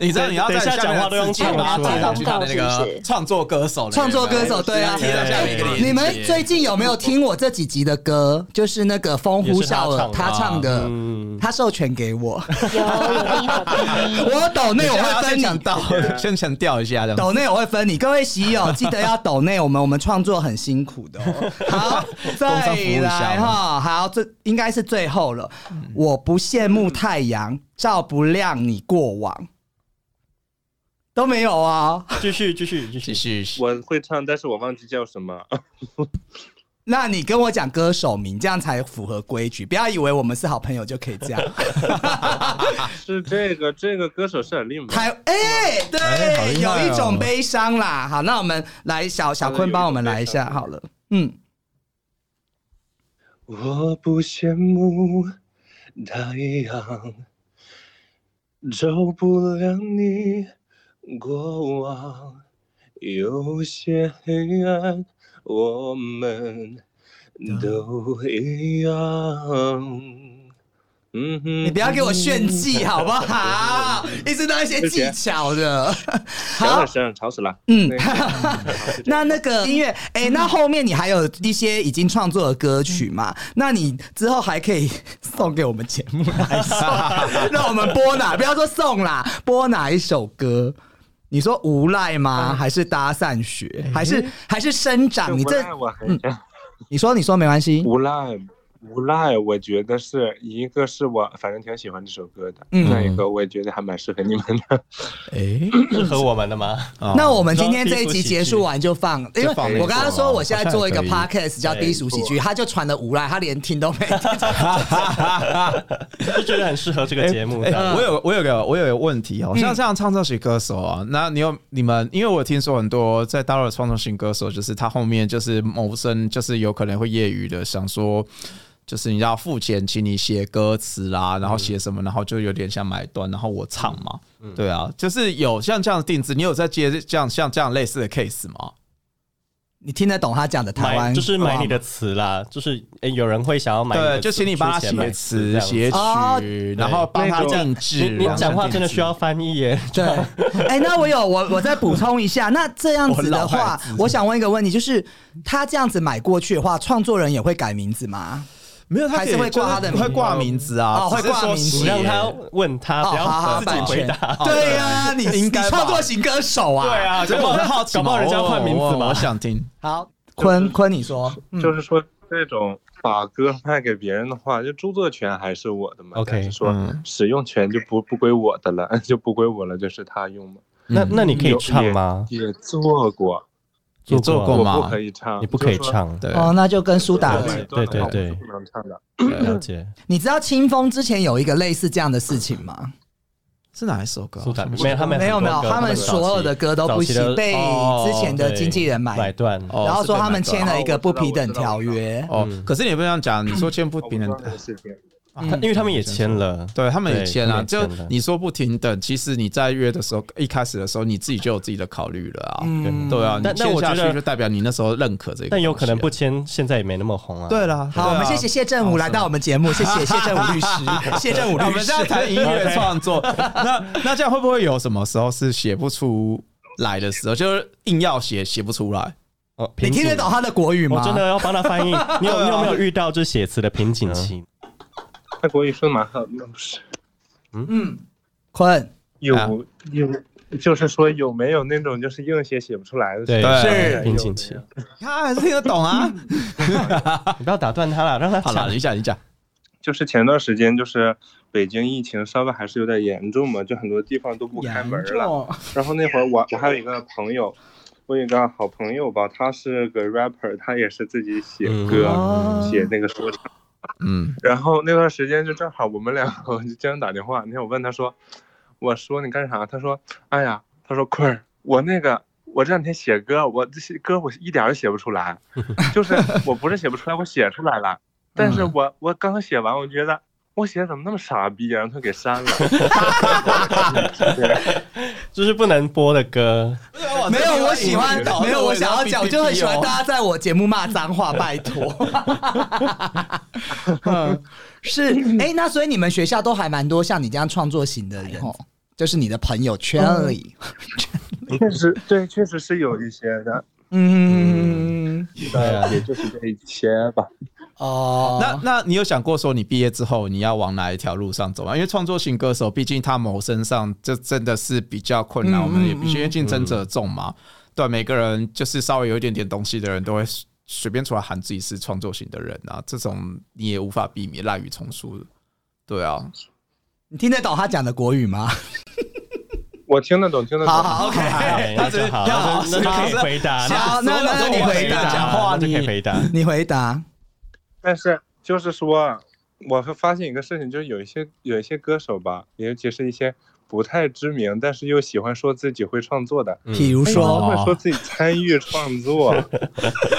Speaker 4: 你知道你
Speaker 3: 네,
Speaker 4: 要在
Speaker 2: 等一下
Speaker 4: 下面的
Speaker 2: 讲话都用
Speaker 3: 아,
Speaker 4: 字迹
Speaker 2: 唱
Speaker 4: 把它
Speaker 2: 出来
Speaker 4: 贴上去他的那
Speaker 7: 广告是
Speaker 4: 个
Speaker 7: 不是
Speaker 4: 创作歌手， 네,
Speaker 3: 创作歌手，对啊
Speaker 4: 贴到下面一个链接
Speaker 3: 你们最近有没有听我这几集的歌？就是那个《风呼啸耳》，
Speaker 2: 也是
Speaker 3: 他
Speaker 2: 他
Speaker 3: 唱
Speaker 2: 唱
Speaker 3: 的，
Speaker 2: 嗯
Speaker 3: 他授权给我，
Speaker 7: 有有听好听。
Speaker 3: 我抖内我会分
Speaker 4: 先
Speaker 3: 享
Speaker 4: 讲到，先强调一下这 样。
Speaker 3: 抖内我会分你，各位喜友记得要抖内我们，我 们创作很辛苦的、哦。 好，再来哈，好，这应该是最后了。我不羡慕太阳照不亮你过往，都没有啊。
Speaker 2: 继续，继续，继
Speaker 4: 继
Speaker 2: 续。
Speaker 4: 续，
Speaker 5: 我会唱，但是我忘记叫什么。
Speaker 3: 那你跟我讲歌手名，这样才符合规矩。不要以为我们是好朋友就可以这 样。
Speaker 5: 是这个，这个歌手是很厉害。
Speaker 3: 台哎、
Speaker 4: 哎好
Speaker 3: 对，
Speaker 4: 厉害哦
Speaker 3: 有一种悲伤啦。好，那我们来小小坤帮我们来一下好了。嗯，
Speaker 5: 我不羡慕太阳照不亮你过往，有些黑暗我们都一样。嗯哼，
Speaker 3: 你不要给我炫技好不好？一直都一些技巧的。
Speaker 5: 行
Speaker 3: 好
Speaker 5: 了，，行了，吵死了。
Speaker 3: 嗯
Speaker 5: 那个
Speaker 3: 那那个音乐，哎、那后面你还有一些已经创作的歌曲嘛？那你之后还可以送给我们节目来送，让我们播哪？不要说送啦，播哪一首歌？你说无赖吗？还是搭讪学？还是还是生长？你这
Speaker 5: 无赖我还
Speaker 3: 嗯你说你说没关系，
Speaker 5: 无赖，无赖，我觉得是一个是我反正挺喜欢这首歌的，
Speaker 3: 嗯
Speaker 5: 另外一个我也觉得还蛮适合你们的。
Speaker 3: 哎。
Speaker 2: 适合我们的吗？
Speaker 3: 那我们今天这一集结束完就放，因为
Speaker 4: 就放那
Speaker 3: 我刚刚
Speaker 4: 首
Speaker 3: 说我现在做一个
Speaker 4: 好像也
Speaker 3: podcast 叫低俗喜剧，他就传了无赖，他连听都没听。
Speaker 2: 就觉得很适合这个节目。
Speaker 4: 哎
Speaker 2: 这样嗯
Speaker 4: 我有我有个我有个问题哦，像像唱作型歌手啊，那你有你们，因为我听说很多在大陆的创作型歌手，就是他后面就是谋生，就是有可能会业余的想说。就是你要付钱，请你写歌
Speaker 2: 嗯
Speaker 4: 词啦，然后写什么，然后就有点像买断，然后我唱嘛，
Speaker 2: 嗯
Speaker 4: 对啊，就是有像这样的定制，你有在接这样像这样类似的 case 吗？
Speaker 3: 你听得懂他讲的台湾话哦
Speaker 2: 买
Speaker 3: 吗？
Speaker 2: 就是买你的词啦，就是哎有人会想要买你的
Speaker 4: 对，
Speaker 2: 词，
Speaker 4: 就请你帮他
Speaker 2: 出钱买
Speaker 4: 写词、
Speaker 2: 这样
Speaker 4: 写
Speaker 2: 子
Speaker 3: 哦
Speaker 4: 曲，然后帮他
Speaker 2: 那个
Speaker 4: 定制。
Speaker 2: 你你
Speaker 4: 然后
Speaker 2: 讲话
Speaker 4: 定
Speaker 2: 真的
Speaker 4: 制
Speaker 2: 需要翻译耶，
Speaker 3: 对，哎、那我有我我再补充一下，那这样子的
Speaker 4: 我老
Speaker 3: 话
Speaker 4: 汉，
Speaker 3: 我想问一个问题，就是他这样子买过去的话，创作人也会改名字吗？
Speaker 4: 没有，他
Speaker 3: 还是
Speaker 4: 可以
Speaker 3: 会挂
Speaker 4: 就是
Speaker 3: 他的名字
Speaker 4: 会挂名字啊，
Speaker 3: 哦会
Speaker 4: 只是
Speaker 3: 挂
Speaker 4: 说
Speaker 3: 名字
Speaker 4: 写
Speaker 2: 让他问他，
Speaker 3: 哦
Speaker 2: 啊不
Speaker 3: 好好
Speaker 2: 要自己
Speaker 3: 版
Speaker 2: 回
Speaker 3: 权
Speaker 2: 答。
Speaker 3: 对呀、你你
Speaker 4: 应该吧
Speaker 3: 创作型歌手啊。
Speaker 2: 对。啊，
Speaker 4: 所以我
Speaker 2: 搞不
Speaker 4: 在
Speaker 2: 好
Speaker 4: 好奇
Speaker 2: 搞
Speaker 4: 嘛，哦
Speaker 2: 不好人家换名
Speaker 4: 我
Speaker 2: 字
Speaker 4: 我
Speaker 2: 嘛
Speaker 4: 我。想听，
Speaker 3: 好，坤坤，你说，嗯
Speaker 5: 就是说这种把歌卖给别人的话，就著作权还是我的嘛
Speaker 2: OK，
Speaker 5: 但是说
Speaker 4: 嗯
Speaker 5: 使用权就不不归我的了， 就不归我了，就是他用嘛。
Speaker 2: 那那你可
Speaker 4: 嗯
Speaker 2: 以
Speaker 5: 有
Speaker 2: 唱吗？
Speaker 5: 也做过，
Speaker 4: 也做过
Speaker 5: 我
Speaker 4: 嘛
Speaker 5: 不可以唱，
Speaker 2: 你不可以
Speaker 5: 就说。
Speaker 2: 唱，
Speaker 4: 对，
Speaker 3: 哦，那就跟苏打
Speaker 5: 我
Speaker 3: 文
Speaker 5: 买断了
Speaker 2: 对对
Speaker 5: 我
Speaker 2: 对
Speaker 5: 是不能唱的。
Speaker 4: 嗯
Speaker 2: 了解。
Speaker 3: 你知道清风之前有一个类似这样的事情吗？
Speaker 4: 是哪一首歌啊？
Speaker 2: 苏打
Speaker 4: 我
Speaker 2: 没有他们
Speaker 3: 没有
Speaker 2: 很
Speaker 3: 没
Speaker 2: 多
Speaker 3: 有，
Speaker 2: 歌
Speaker 3: 他们所有的歌都不
Speaker 2: 早期
Speaker 3: 行，
Speaker 2: 的哦
Speaker 3: 被之前的经纪人
Speaker 2: 买
Speaker 3: 买，
Speaker 2: 断。
Speaker 4: 哦
Speaker 3: 然后说
Speaker 4: 是被
Speaker 3: 他们
Speaker 4: 买断
Speaker 3: 签了一个
Speaker 5: 哦
Speaker 3: 不
Speaker 5: 我知道
Speaker 3: 平等
Speaker 5: 我知道
Speaker 3: 条
Speaker 5: 我知道
Speaker 3: 约。
Speaker 4: 哦
Speaker 2: 嗯，
Speaker 4: 可是你也不这样讲，你说签不啊
Speaker 5: 我
Speaker 4: 平
Speaker 5: 不
Speaker 4: 等
Speaker 5: 知
Speaker 3: 嗯
Speaker 5: 道这个事情。
Speaker 2: 他因为他们也签了，
Speaker 4: 对他们也
Speaker 2: 对
Speaker 4: 签
Speaker 2: 他
Speaker 4: 啊，
Speaker 2: 们
Speaker 4: 就
Speaker 2: 也签了
Speaker 4: 你说不平等，其实你在约的时候，一开始的时候，你自己就有自己的考虑了啊。
Speaker 3: 嗯
Speaker 4: 对啊，你
Speaker 2: 但但
Speaker 4: 签
Speaker 2: 我
Speaker 4: 下
Speaker 2: 觉得
Speaker 4: 去就代表你那时候认可这个东西啊，
Speaker 2: 但有可能不签，现在也没那么红啊。
Speaker 4: 对啦。
Speaker 3: 好，
Speaker 4: 对
Speaker 3: 我
Speaker 4: 啊
Speaker 3: 们谢谢谢振武来到我们节目，谢谢谢振武律师，谢振武律
Speaker 4: 我
Speaker 3: 师。
Speaker 4: 们现在谈音乐创作， 那那这样会不会有什么时候是写不出来的时候，就是硬要写写不出来？
Speaker 2: 哦，
Speaker 3: 你
Speaker 2: 瓶颈
Speaker 3: 听得懂？他的国语吗？
Speaker 2: 哦我真的要帮他翻译。你有你有没有遇到就写词的瓶颈期？
Speaker 5: 他国语说的蛮好，那 不是
Speaker 3: 嗯，坤
Speaker 5: 有、
Speaker 4: 啊
Speaker 5: 有，就是说有没有那种就是硬写写不出来的？
Speaker 2: 对，
Speaker 4: 对
Speaker 2: 瓶颈期。
Speaker 4: 他还是听得懂啊。
Speaker 2: 你不要打断他了，让他
Speaker 4: 好了，
Speaker 2: 讲
Speaker 4: 你。讲你讲，
Speaker 5: 就是前段时间就是北京疫情稍微还是有点严重嘛，就很多地方都不开门了。然后那会儿我我还有一个朋友，我有一个好朋友吧，他是个 rapper，他也是自己写歌、
Speaker 3: 哦
Speaker 5: 写那个说唱。
Speaker 4: 嗯，
Speaker 5: 然后那段时间就正好我们俩我就经常打电话。那天我问他说：“哎我说你干啥？”他说：“哎呀，他说坤儿，我那个我这两天写歌，我这些歌我一点儿都写不出来，就是我不是写不出来，我写出来了，但是我我刚写完，我觉得。”我写的怎么那么傻逼啊？然后他给删了。
Speaker 2: 就是不能播的歌，
Speaker 3: 哦没有，我喜欢
Speaker 4: 懂，
Speaker 3: 没有，我想要讲，我就很喜欢
Speaker 4: 他。
Speaker 3: 大家在我节目骂脏话，拜托。 嗯是，哎，那所以你们学校都还蛮多像你这样创作型的人，就是你的朋友圈里，
Speaker 5: 确实，对，确实是有一些的，
Speaker 3: 嗯，
Speaker 2: 对啊，
Speaker 5: 也就是这一些吧。
Speaker 3: 哦，
Speaker 4: 那那你有想过说你毕业之后你要往哪一条路上走吗？因为创作型歌手，毕竟他谋生上这真的是比较困难，
Speaker 3: 嗯
Speaker 4: 我们也
Speaker 3: 嗯
Speaker 4: 必须因为竞争者众嘛。对，啊每个人就是稍微有一点点东西的人都会随随便出来喊自己是创作型的人啊，这种你也无法避免滥竽充数。对啊，
Speaker 3: 你听得懂他讲的国语吗？
Speaker 5: 我听得懂，听得懂。
Speaker 3: 好好，OK，
Speaker 2: 哎
Speaker 4: 他
Speaker 2: 那
Speaker 4: 只是
Speaker 2: 就好，
Speaker 4: 他
Speaker 2: 那
Speaker 4: 只
Speaker 2: 就那
Speaker 4: 是
Speaker 2: 就
Speaker 4: 他
Speaker 2: 可
Speaker 4: 只
Speaker 2: 以
Speaker 4: 是
Speaker 2: 回答。
Speaker 3: 好那那那你回答
Speaker 4: 讲话
Speaker 2: 那就可以
Speaker 4: 你
Speaker 2: 回答。
Speaker 3: 你回答。
Speaker 5: 但是就是说，我会发现一个事情，就是有一些有一些歌手吧，尤其是一些不太知名，但是又喜欢说自己会创作的，
Speaker 2: 嗯
Speaker 3: 比如
Speaker 5: 他
Speaker 3: 说，
Speaker 5: 会说自己参与创 作，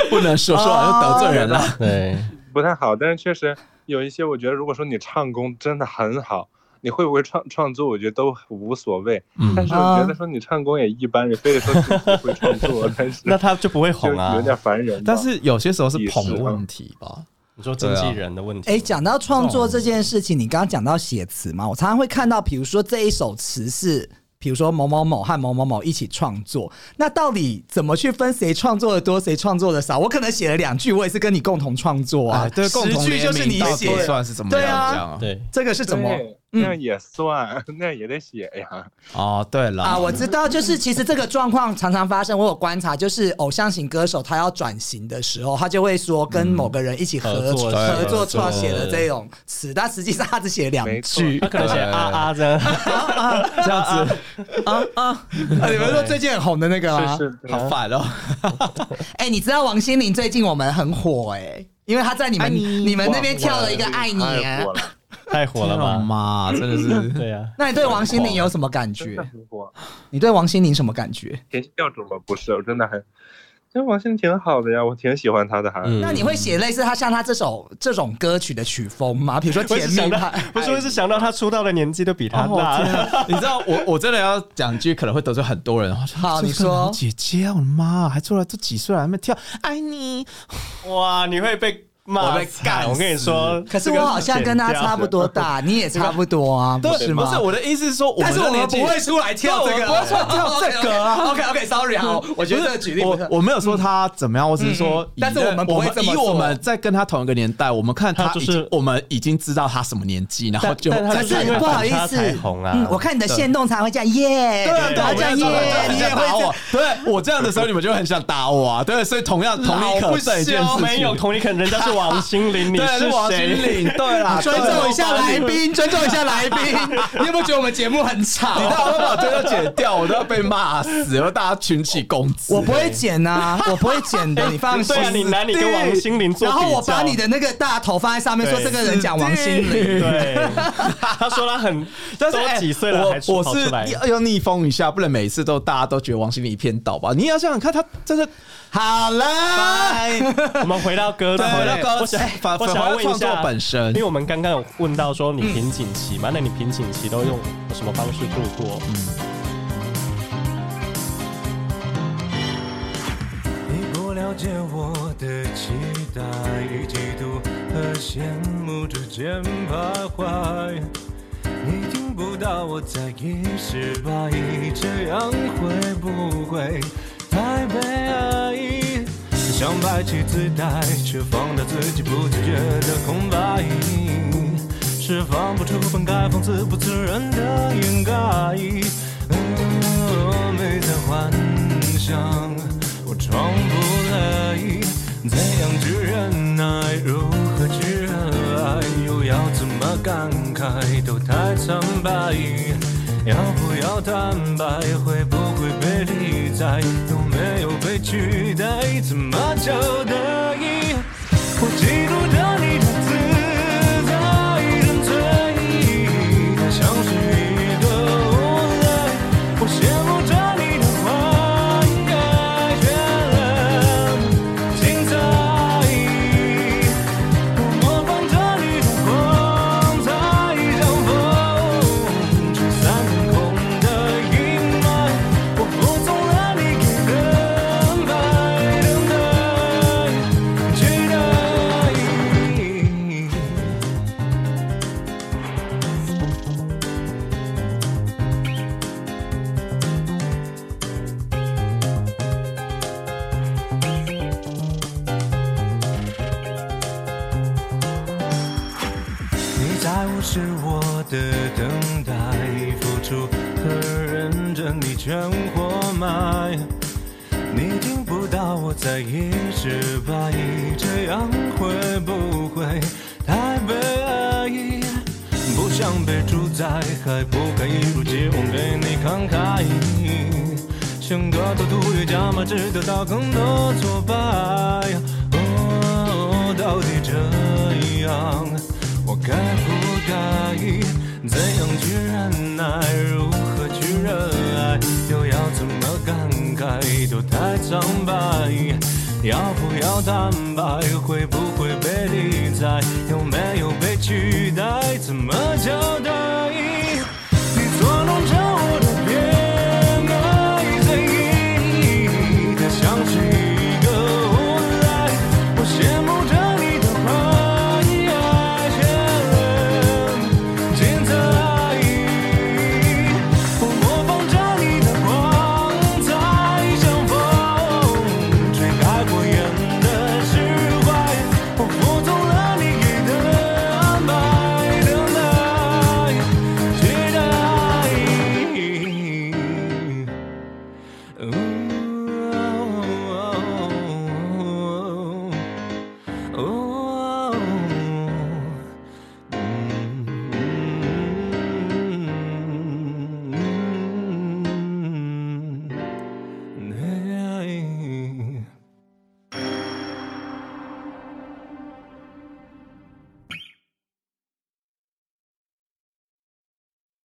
Speaker 4: 不能说说完就得罪人啊
Speaker 2: 啊
Speaker 3: 哦
Speaker 4: 了。
Speaker 2: 对，
Speaker 5: 不太好。但是确实有一些，我觉得如果说你唱功真的很好。你会不会创创作？我觉得都无所谓，
Speaker 4: 嗯
Speaker 5: 但是我觉得说你唱功也一般，你非得说自己会
Speaker 3: 啊
Speaker 5: 创作，但是
Speaker 2: 那他就不会
Speaker 5: 就
Speaker 2: 红啊
Speaker 5: 有。点烦人吧。
Speaker 4: 但是有些时候是
Speaker 5: 也是
Speaker 4: 捧的
Speaker 5: 啊
Speaker 4: 问题吧，
Speaker 2: 你说经纪人的问题，
Speaker 3: 哎，讲到创作
Speaker 4: 哦
Speaker 3: 这件事情，你刚刚讲到写词嘛，我常常会看到，比如说这一首词是，比如说某某某和某某某一起创作，那到底怎么去分谁创作的多，谁创作的少？我可能写了两句，我也是跟你共同创作啊，
Speaker 4: 哎对，共
Speaker 3: 十
Speaker 4: 同
Speaker 3: 句
Speaker 4: 联
Speaker 3: 就是
Speaker 4: 名
Speaker 3: 你
Speaker 4: 到底
Speaker 3: 写，
Speaker 4: 算是怎么
Speaker 3: 对
Speaker 4: 样
Speaker 3: 啊
Speaker 4: 这样啊？
Speaker 2: 对，
Speaker 3: 这个是怎么？嗯
Speaker 5: 对那也算， 那也得写呀。
Speaker 4: 哦，对了
Speaker 3: 啊，我知道，就是其实这个状况常常发生。我有观察，就是偶像型歌手他要转型的时候，他就会说跟
Speaker 4: 嗯
Speaker 3: 某个人一起合
Speaker 2: 合作
Speaker 3: 合作
Speaker 2: 合作
Speaker 3: 创写的这种词，但实际上他只写了两
Speaker 5: 没错
Speaker 3: 句
Speaker 2: 他可能写啊啊这 样，
Speaker 4: 这样子
Speaker 3: 啊啊！啊你们说最近很红的那个啊？
Speaker 5: 是是
Speaker 4: 好烦 哦。
Speaker 3: 哎、你知道王心凌最近我们很火哎、因为她在你们你们那边跳了一个《爱你》啊
Speaker 5: 哎太。火了，
Speaker 2: 太火了吧？
Speaker 4: 哎妈，真的是
Speaker 2: 对啊呀，
Speaker 3: 那你对王心凌有什么感
Speaker 5: 真的
Speaker 3: 觉？
Speaker 5: 很火。
Speaker 3: 你对王心凌什么感觉？
Speaker 5: 田教主吗？不是，我真的很，这王心凌挺好的呀，我挺喜欢她的，还。
Speaker 2: 嗯
Speaker 3: 那你会写类似她像她这首这种歌曲的曲风吗？比如说《
Speaker 2: 我一
Speaker 3: 甜
Speaker 2: 直
Speaker 3: 蜜
Speaker 2: 想到
Speaker 3: 派》，哎
Speaker 2: 不是，我一直想到他出道的年纪都比他大。
Speaker 4: 你知道我我真的要讲句可能会得罪很多人。我说
Speaker 3: 好你说
Speaker 4: 这个老姐姐啊，我的妈啊，还出来都几岁了还没跳，爱你。
Speaker 2: 哇，你会被
Speaker 4: 我
Speaker 2: 骂
Speaker 4: 被
Speaker 2: 死
Speaker 4: 干
Speaker 2: 我跟你
Speaker 4: 死
Speaker 2: 说，
Speaker 3: 可是我好像跟她差不多大，你也差不多啊，不
Speaker 4: 对，
Speaker 3: 是
Speaker 4: 不
Speaker 3: 吗？
Speaker 4: 是我的意思是说，我
Speaker 3: 但
Speaker 4: 们
Speaker 3: 是
Speaker 4: 的
Speaker 3: 我
Speaker 4: 年
Speaker 3: 们
Speaker 4: 纪
Speaker 3: 不会出来跳这个，
Speaker 4: 对我们不会跳这个 啊
Speaker 3: OK OK Sorry，好，我觉得这个举例不
Speaker 4: 我
Speaker 3: 是
Speaker 4: 我没有说他怎么样，我只是
Speaker 3: 嗯
Speaker 4: 说
Speaker 3: 嗯
Speaker 4: 以
Speaker 3: 但是我们不会这么
Speaker 4: 以
Speaker 3: 做
Speaker 4: 我们在跟他同一个年代，我们看他
Speaker 2: 他就
Speaker 4: 已经
Speaker 2: 是
Speaker 4: 我们已经知道他什么年纪，然后
Speaker 2: 但
Speaker 4: 就
Speaker 2: 但他
Speaker 3: 可
Speaker 2: 就是因为
Speaker 3: 不好
Speaker 2: 反
Speaker 3: 意
Speaker 2: 差
Speaker 3: 思
Speaker 2: 才红啊，
Speaker 3: 嗯，我看你的线动才会这样耶，
Speaker 4: 对啊，对
Speaker 3: 然后
Speaker 4: 啊，我
Speaker 3: 这样
Speaker 4: 也
Speaker 3: 耶，你也会
Speaker 4: 打
Speaker 3: 这
Speaker 4: 我
Speaker 3: 样，，
Speaker 4: 对我这样的时候，你们就很想打我啊，对，所以同样同理可证一件事情，
Speaker 2: 没 有同理可能，人家是王心凌，你
Speaker 4: 对是王心
Speaker 2: 谁？
Speaker 4: 凌，对
Speaker 2: 啊
Speaker 4: 啦，
Speaker 3: 尊
Speaker 4: 对
Speaker 3: 重一下来宾，尊重一下 来宾。你有没有觉得我们节目很
Speaker 4: 你
Speaker 3: 吵？
Speaker 4: 看我把这个剪掉，我都要被骂死，然后大家群起攻之。
Speaker 3: 我不会剪呐、我不会剪的，你放心。
Speaker 2: 对啊你拿你跟王心凌做
Speaker 3: 然后我
Speaker 2: 比较
Speaker 3: 把你的那个大头放在上面，说
Speaker 2: 对
Speaker 3: 这个人讲王心凌。
Speaker 2: 对，他说他很，
Speaker 4: 但是
Speaker 2: 都
Speaker 4: 哎
Speaker 2: 几岁了还
Speaker 4: 我
Speaker 2: 出
Speaker 4: 我
Speaker 2: 跑
Speaker 4: 是
Speaker 2: 出来，
Speaker 4: 要要逆风一下，不能每次都大家都觉得王心凌一片倒吧？你也要想想看，他真的
Speaker 3: 好了，
Speaker 2: 我们回到歌，
Speaker 4: 对回到歌
Speaker 2: 我想
Speaker 4: 哎反
Speaker 2: 我
Speaker 4: 反
Speaker 2: 想
Speaker 4: 而
Speaker 2: 要问
Speaker 4: 创
Speaker 2: 一
Speaker 4: 作
Speaker 2: 下
Speaker 4: 本身
Speaker 2: 因为我们刚刚有问到说你瓶颈期嘛，那你瓶颈期都用什么方式度过？
Speaker 6: 你不了解我的期待与嫉妒和羡慕之间徘徊，你听不到我在一十八亿，这样会不会太悲哀？想摆起姿态，却放大自己不自觉的空白，释放不出本该放肆不自然的掩盖。嗯，没在幻想，我装不来，怎样去忍耐，如何去热爱，又要怎么感慨，都太苍白。要不要坦白？会不会被理睬？有没有被取代？怎么叫得意？我嫉妒着你的自在沉醉，它像是一个无赖。我羡慕着你的花开绚烂精彩。我模仿着你的光彩，像风吹散天空的阴霾。我服从了你给的安排，等待，期待。你在无视我的等待，付出和认真你全活埋。你听不到我在一十八亿，这样会不会太悲哀？不想被主宰，还不该一如既往对你慷慨。想得到毒越加码，只得到更多挫败。哦，到底这样，我该不该？怎样去忍耐？如何去热爱？又要怎么感慨？都太苍白。要不要坦白？会不会被理睬？有没有被